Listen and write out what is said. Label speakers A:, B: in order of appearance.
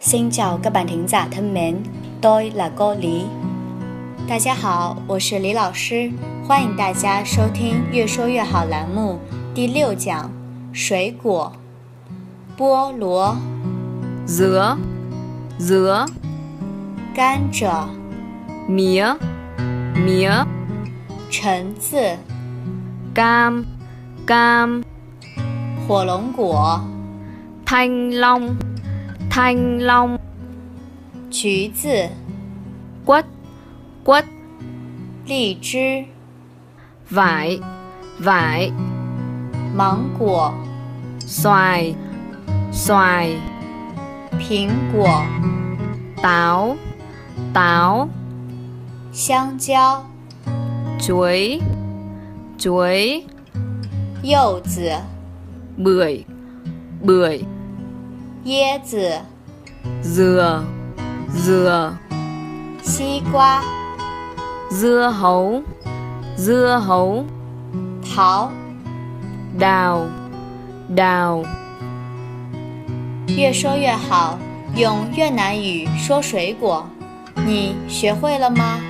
A: Xin chào các bạn thính giả thân mến, tôi là cô Lý. 大家好，我是李老师，欢迎大家收听《越说越好》栏目第六讲：水果，菠萝、
B: dứa, dứa,
A: 甘蔗、
B: mía, mía,
A: 橙子、
B: cam, cam,
A: 火龙果、
B: thanh long, thanh long,
A: 橘子、
B: quất, quất,
A: 荔枝、
B: vải, vải,
A: 芒果、
B: xoài, xoài,
A: 苹果、
B: táo, táo,
A: 香蕉、
B: chuối, chuối,
A: 柚子、
B: bưởi, bưởi,
A: 椰子、
B: dừa, dừa,
A: 西瓜、
B: dưa hấu, dưa hấu,
A: 桃。
B: đào, đào.
A: 越说越好，用越南语说水果，你学会了吗？